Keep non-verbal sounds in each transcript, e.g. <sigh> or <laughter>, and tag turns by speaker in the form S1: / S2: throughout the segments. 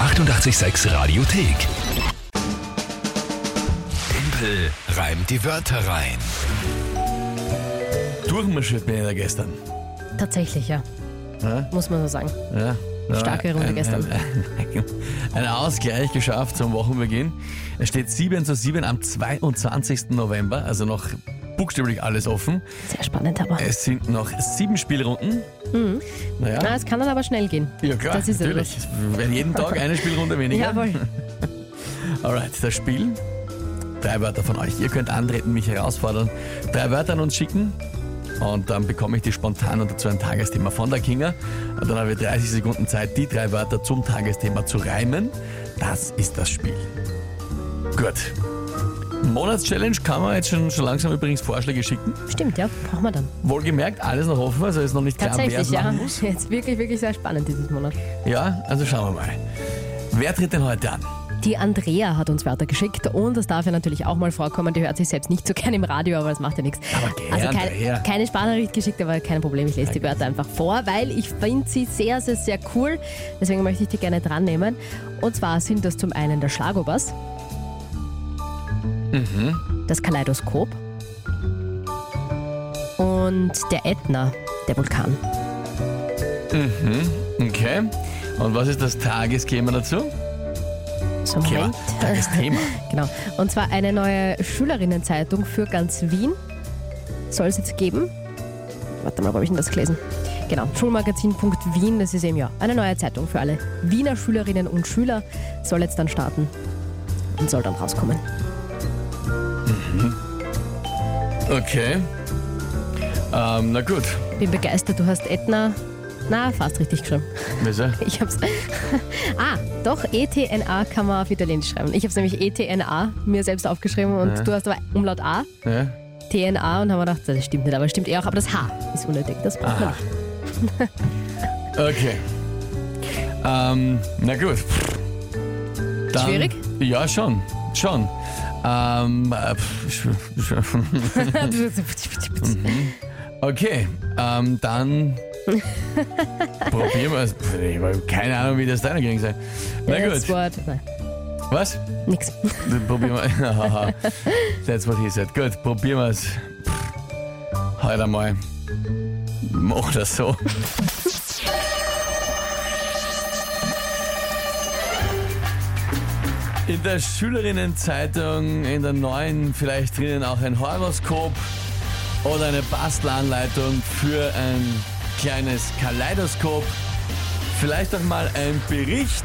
S1: 886 Radiothek. Tempel reimt die Wörter rein.
S2: Durchmarschiert bin ich da gestern.
S3: Tatsächlich, ja. Muss man so sagen.
S2: Ja.
S3: Starke Runde gestern.
S2: Ein, <laughs> ein Ausgleich geschafft zum Wochenbeginn. Es steht 7 zu 7 am 22. November, also noch buchstäblich alles offen.
S3: Sehr spannend, aber.
S2: Es sind noch sieben Spielrunden. Naja,
S3: Mhm. Na, es kann dann aber schnell gehen.
S2: ja klar,
S3: das ist ja
S2: natürlich. Wenn jeden Tag eine Spielrunde weniger.
S3: Jawohl.
S2: Alright, das Spiel. Drei Wörter von euch. Ihr könnt antreten, mich herausfordern. Drei Wörter an uns schicken. Und dann bekomme ich die spontan und dazu ein Tagesthema von der Kinga. Und dann haben wir 30 Sekunden Zeit, die drei Wörter zum Tagesthema zu reimen. Das ist das Spiel. Gut. Monatschallenge kann man jetzt schon, schon langsam übrigens Vorschläge schicken.
S3: Stimmt, ja. Brauchen wir dann.
S2: Wohlgemerkt, alles noch offen, also ist noch nicht klar, wer
S3: Tatsächlich,
S2: es
S3: ja.
S2: machen muss.
S3: Jetzt wirklich, wirklich sehr spannend dieses Monat.
S2: Ja, also schauen wir mal. Wer tritt denn heute an?
S3: Die Andrea hat uns Wörter geschickt und das darf ja natürlich auch mal vorkommen. Die hört sich selbst nicht so <laughs> gerne im Radio, aber das macht ja nichts.
S2: Aber gern,
S3: also
S2: Andrea.
S3: keine, keine Sprachnachricht geschickt, aber kein Problem. Ich lese die Wörter einfach vor, weil ich finde sie sehr, sehr, sehr cool. Deswegen möchte ich die gerne dran nehmen. Und zwar sind das zum einen der Schlagobers, das Kaleidoskop und der Ätna, der Vulkan.
S2: Okay. Und was ist das Tagesthema dazu?
S3: So, Moment.
S2: Tagesthema.
S3: Genau. Und zwar eine neue Schülerinnenzeitung für ganz Wien soll es jetzt geben. Warte mal, wo habe ich denn das gelesen? Genau, schulmagazin.wien, das ist eben ja eine neue Zeitung für alle Wiener Schülerinnen und Schüler, soll jetzt dann starten und soll dann rauskommen.
S2: Okay. Ähm, na gut.
S3: Bin begeistert, du hast Etna, na, fast richtig geschrieben. <laughs>
S2: Wieso?
S3: Ich hab's. <laughs> ah, doch, ETNA kann man auf Italienisch schreiben. Ich hab's nämlich E ETNA mir selbst aufgeschrieben und du hast aber Umlaut A.
S2: Ja.
S3: TNA und haben wir gedacht, das stimmt nicht, aber es stimmt eh auch, aber das H ist unnötig, das braucht man <laughs> nicht.
S2: Okay. Ähm, na gut. Dann,
S3: Schwierig?
S2: Ja, schon. Schon. Ähm, äh, pff, sch- sch- okay. Ähm,
S3: <laughs>
S2: dann probieren wir es. Pff, ich hab Keine Ahnung, wie das deiner ging sein. Na
S3: das
S2: gut.
S3: Wort, nein,
S2: Was?
S3: nix.
S2: Dann probieren wir. Haha. <laughs> That's what he said. Gut, probieren wir es. Heute einmal. Oder so. In der Schülerinnenzeitung, in der neuen, vielleicht drinnen auch ein Horoskop oder eine Bastelanleitung für ein kleines Kaleidoskop. Vielleicht auch mal ein Bericht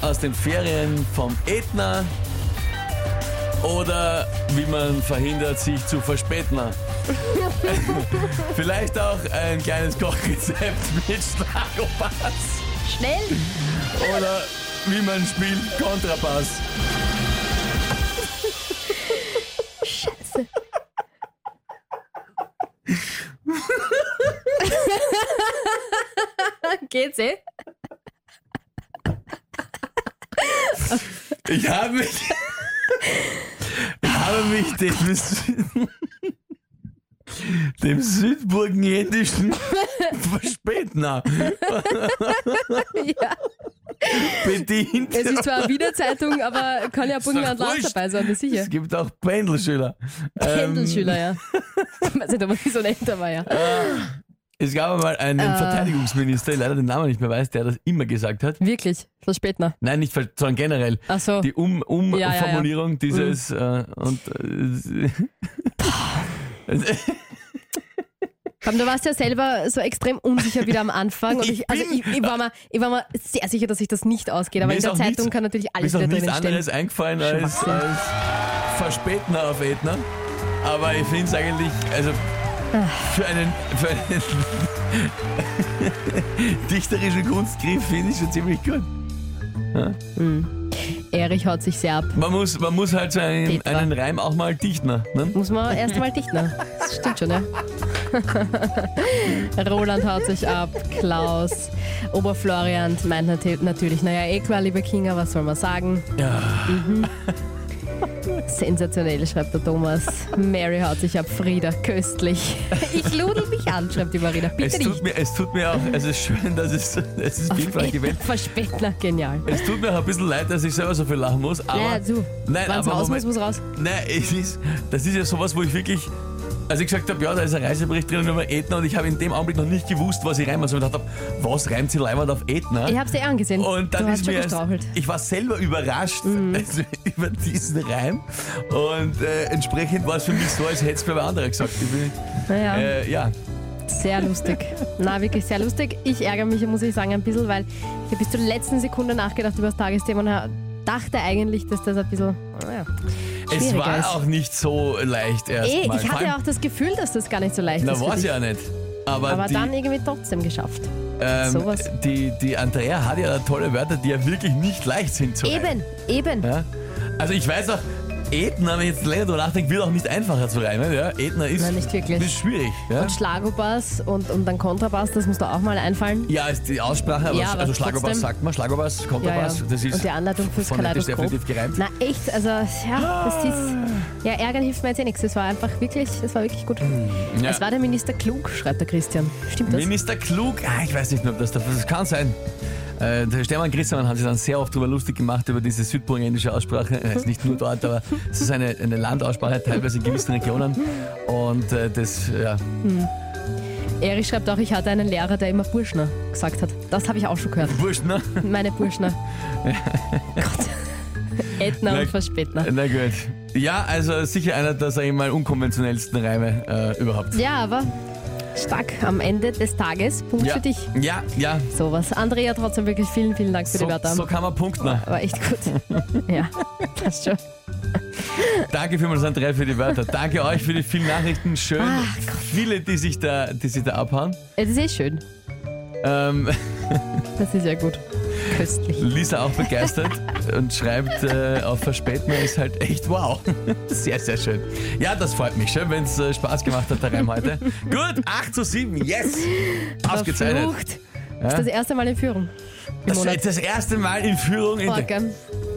S2: aus den Ferien vom Ätna oder wie man verhindert, sich zu
S3: <laughs>
S2: verspäten. Vielleicht auch ein kleines Kochrezept mit Schlagopass
S3: Schnell!
S2: oder wie man spielt Kontrabass.
S3: Scheiße. Geht's eh?
S2: Ich habe mich, <laughs> ich habe mich dem, Sü- dem südburgenländischen
S3: <laughs>
S2: Verspätner
S3: <laughs> Ja.
S2: bedient.
S3: Es ist zwar eine Wiener Zeitung, aber kann ja Burgenland Land
S2: wurscht.
S3: dabei sein, das sicher.
S2: Es gibt auch Pendelschüler.
S3: Pendelschüler,
S2: Ähm.
S3: ja. <laughs> Ich weiß nicht, ob man die so nennt, aber ja.
S2: Es gab einmal einen
S3: Äh.
S2: Verteidigungsminister, ich leider den Namen nicht mehr weiß, der das immer gesagt hat.
S3: Wirklich, verspätet noch.
S2: Nein, nicht, ver- sondern generell.
S3: Ach so.
S2: Die Um-
S3: Ja, Mm. ja, ja.
S2: Umformulierung dieses äh, und <laughs> äh,
S3: Vor allem, du warst ja selber so extrem unsicher wieder am Anfang. Und
S2: Ich
S3: ich, also
S2: bin-
S3: ich, ich, war mal, ich war mal sehr sicher, dass sich das nicht ausgeht. Aber
S2: Mir
S3: in
S2: ist
S3: der
S2: auch
S3: Zeitung
S2: nichts-
S3: kann natürlich
S2: mir
S3: alles
S2: ist auch
S3: wieder
S2: nichts
S3: drinnen
S2: anderes
S3: stehen.
S2: eingefallen als,
S3: Schwachsinn.
S2: als Verspätner auf Edner. Aber ich finde es eigentlich, also
S3: Ah.
S2: für einen, für einen <laughs> dichterischen Kunstgriff finde ich schon ziemlich gut.
S3: Erich haut sich sehr ab.
S2: Man muss, man muss halt so einen,
S3: Petra.
S2: einen Reim auch mal dichten. Ne?
S3: Muss man erst einmal dicht machen. Das stimmt schon, ja. <laughs> Roland haut sich ab, Klaus, Oberflorian meint nat natürlich, naja, eh klar, liebe Kinga, was soll man sagen?
S2: Ja.
S3: Sensationell, schreibt der Thomas. Mary haut sich ab, Frieda, köstlich. <laughs> Ich ludel mich an, schreibt die Marina. Bitte
S2: Es tut,
S3: nicht.
S2: mir, es tut mir auch, es ist schön, dass es, es ist vielfältig Welt.
S3: Verspätner, genial.
S2: Es tut mir auch ein bisschen leid, dass ich selber so viel lachen muss, aber.
S3: Ja, du,
S2: Nein,
S3: wann's
S2: aber
S3: raus muss,
S2: Moment.
S3: muss raus.
S2: Nein, es ist, das ist ja sowas, wo ich wirklich, als ich gesagt habe, ja, da ist ein Reisebericht drin über Ätna und ich habe in dem Augenblick noch nicht gewusst, was ich reinmache. Und ich dachte, was reimt sie Leimwand auf Ätna?
S3: Ich hab's dir angesehen.
S2: und dann
S3: du hast
S2: ist
S3: schon
S2: mir erst,
S3: gestrauchelt. Mhm.
S2: ich war selber überrascht <laughs> also, über diesen Reim und äh, entsprechend war es für mich so, als hätte es mir bei anderen gesagt. Ich bin,
S3: Naja.
S2: äh, ja,
S3: Sehr lustig. Na, wirklich sehr lustig. Ich ärgere mich, muss ich sagen, ein bisschen, weil ich hab bis zur letzten Sekunde nachgedacht über das Tagesthema und dachte eigentlich, dass das ein bisschen.
S2: Ah
S3: Naja.
S2: es
S3: schwieriger
S2: war
S3: ist.
S2: auch nicht so leicht
S3: Eh,
S2: erstmal.
S3: ich
S2: Vor
S3: hatte
S2: allem-
S3: ja auch das Gefühl, dass das gar nicht so leicht
S2: Na,
S3: ist. für
S2: war es
S3: dich.
S2: ja nicht. Aber,
S3: Aber
S2: die,
S3: dann irgendwie trotzdem geschafft.
S2: ähm,
S3: sowas.
S2: Die, die Andrea hat ja da tolle Wörter, die ja wirklich nicht leicht sind zu reimen.
S3: Eben, eben.
S2: Ja? Also ich weiß auch, Ätna, wenn ich jetzt länger drüber nachdenke, wird auch nicht einfacher zu reimen. Ja? Ätna ist,
S3: Nein, nicht wirklich.
S2: ist schwierig. Ja?
S3: Und Schlagobass und, und dann Kontrabass, das muss da auch mal einfallen.
S2: ja, ist die Aussprache, aber,
S3: Ja, aber
S2: also Schlagobers
S3: trotzdem.
S2: sagt man, Schlagobers, Kontrabass, das ist
S3: und die Anleitung fürs
S2: von- das ist
S3: Kaleidoskop.
S2: definitiv gereimt. Ah.
S3: Na echt, also ja, das ist. Ja, ärgern hilft mir jetzt eh nichts. Es war einfach wirklich, es war wirklich gut.
S2: Hm, ja.
S3: Es war der Minister klug, schreibt der Christian. Stimmt das?
S2: Minister Klug, ah, ich weiß nicht, ob das, das kann sein. Äh, der Stermann Christian hat sich dann sehr oft darüber lustig gemacht, über diese südburgenländische Aussprache. Es ist nicht nur dort, aber es ist eine, eine Landaussprache, teilweise in gewissen Regionen. Und äh, das, ja,
S3: Erich schreibt auch, ich hatte einen Lehrer, der immer Burschner gesagt hat. Das habe ich auch schon
S2: <laughs>
S3: gehört.
S2: wurscht, ne?
S3: Meine Burschner. Gott. Edna
S2: Na-
S3: und Verspätner.
S2: Na gut. Ja, also sicher einer der, sag ich mal, unkonventionellsten Reime äh, überhaupt.
S3: Ja, aber stark am Ende des Tages. Punkt
S2: ja.
S3: für dich.
S2: Ja, ja.
S3: Sowas. Andrea, trotzdem wirklich vielen, vielen Dank für
S2: So,
S3: die Wörter.
S2: so kann man punkten.
S3: War echt gut.
S2: <laughs>
S3: ja, passt schon.
S2: Danke vielmals, Andrea, für die Wörter. Danke euch für die vielen Nachrichten. Schön.
S3: Ach Ah, Gott.
S2: viele, die sich da, die sich da abhauen.
S3: Es ist eh schön.
S2: Ähm,
S3: Das ist ja gut. Köstlich.
S2: Lisa auch begeistert und schreibt äh, auf Verspäten ist halt echt wow. <laughs> Sehr, sehr schön. Ja, das freut mich. Schön, wenn es äh, Spaß gemacht hat, der Reim heute. Gut, 8 zu 7. Yes! Ausgezeichnet.
S3: Verflucht. Ist das erste Mal in Führung. Im
S2: Das ist
S3: Monat.
S2: jetzt das erste Mal in Führung. In
S3: Oh,
S2: der-
S3: gell?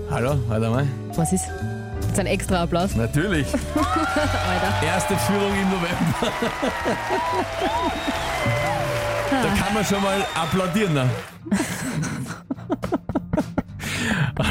S2: Hallo, warte mal.
S3: Was ist? Jetzt ein extra Applaus.
S2: Natürlich.
S3: Alter.
S2: Erste Führung im November. da kann man schon mal applaudieren.
S3: <laughs>
S2: Ne?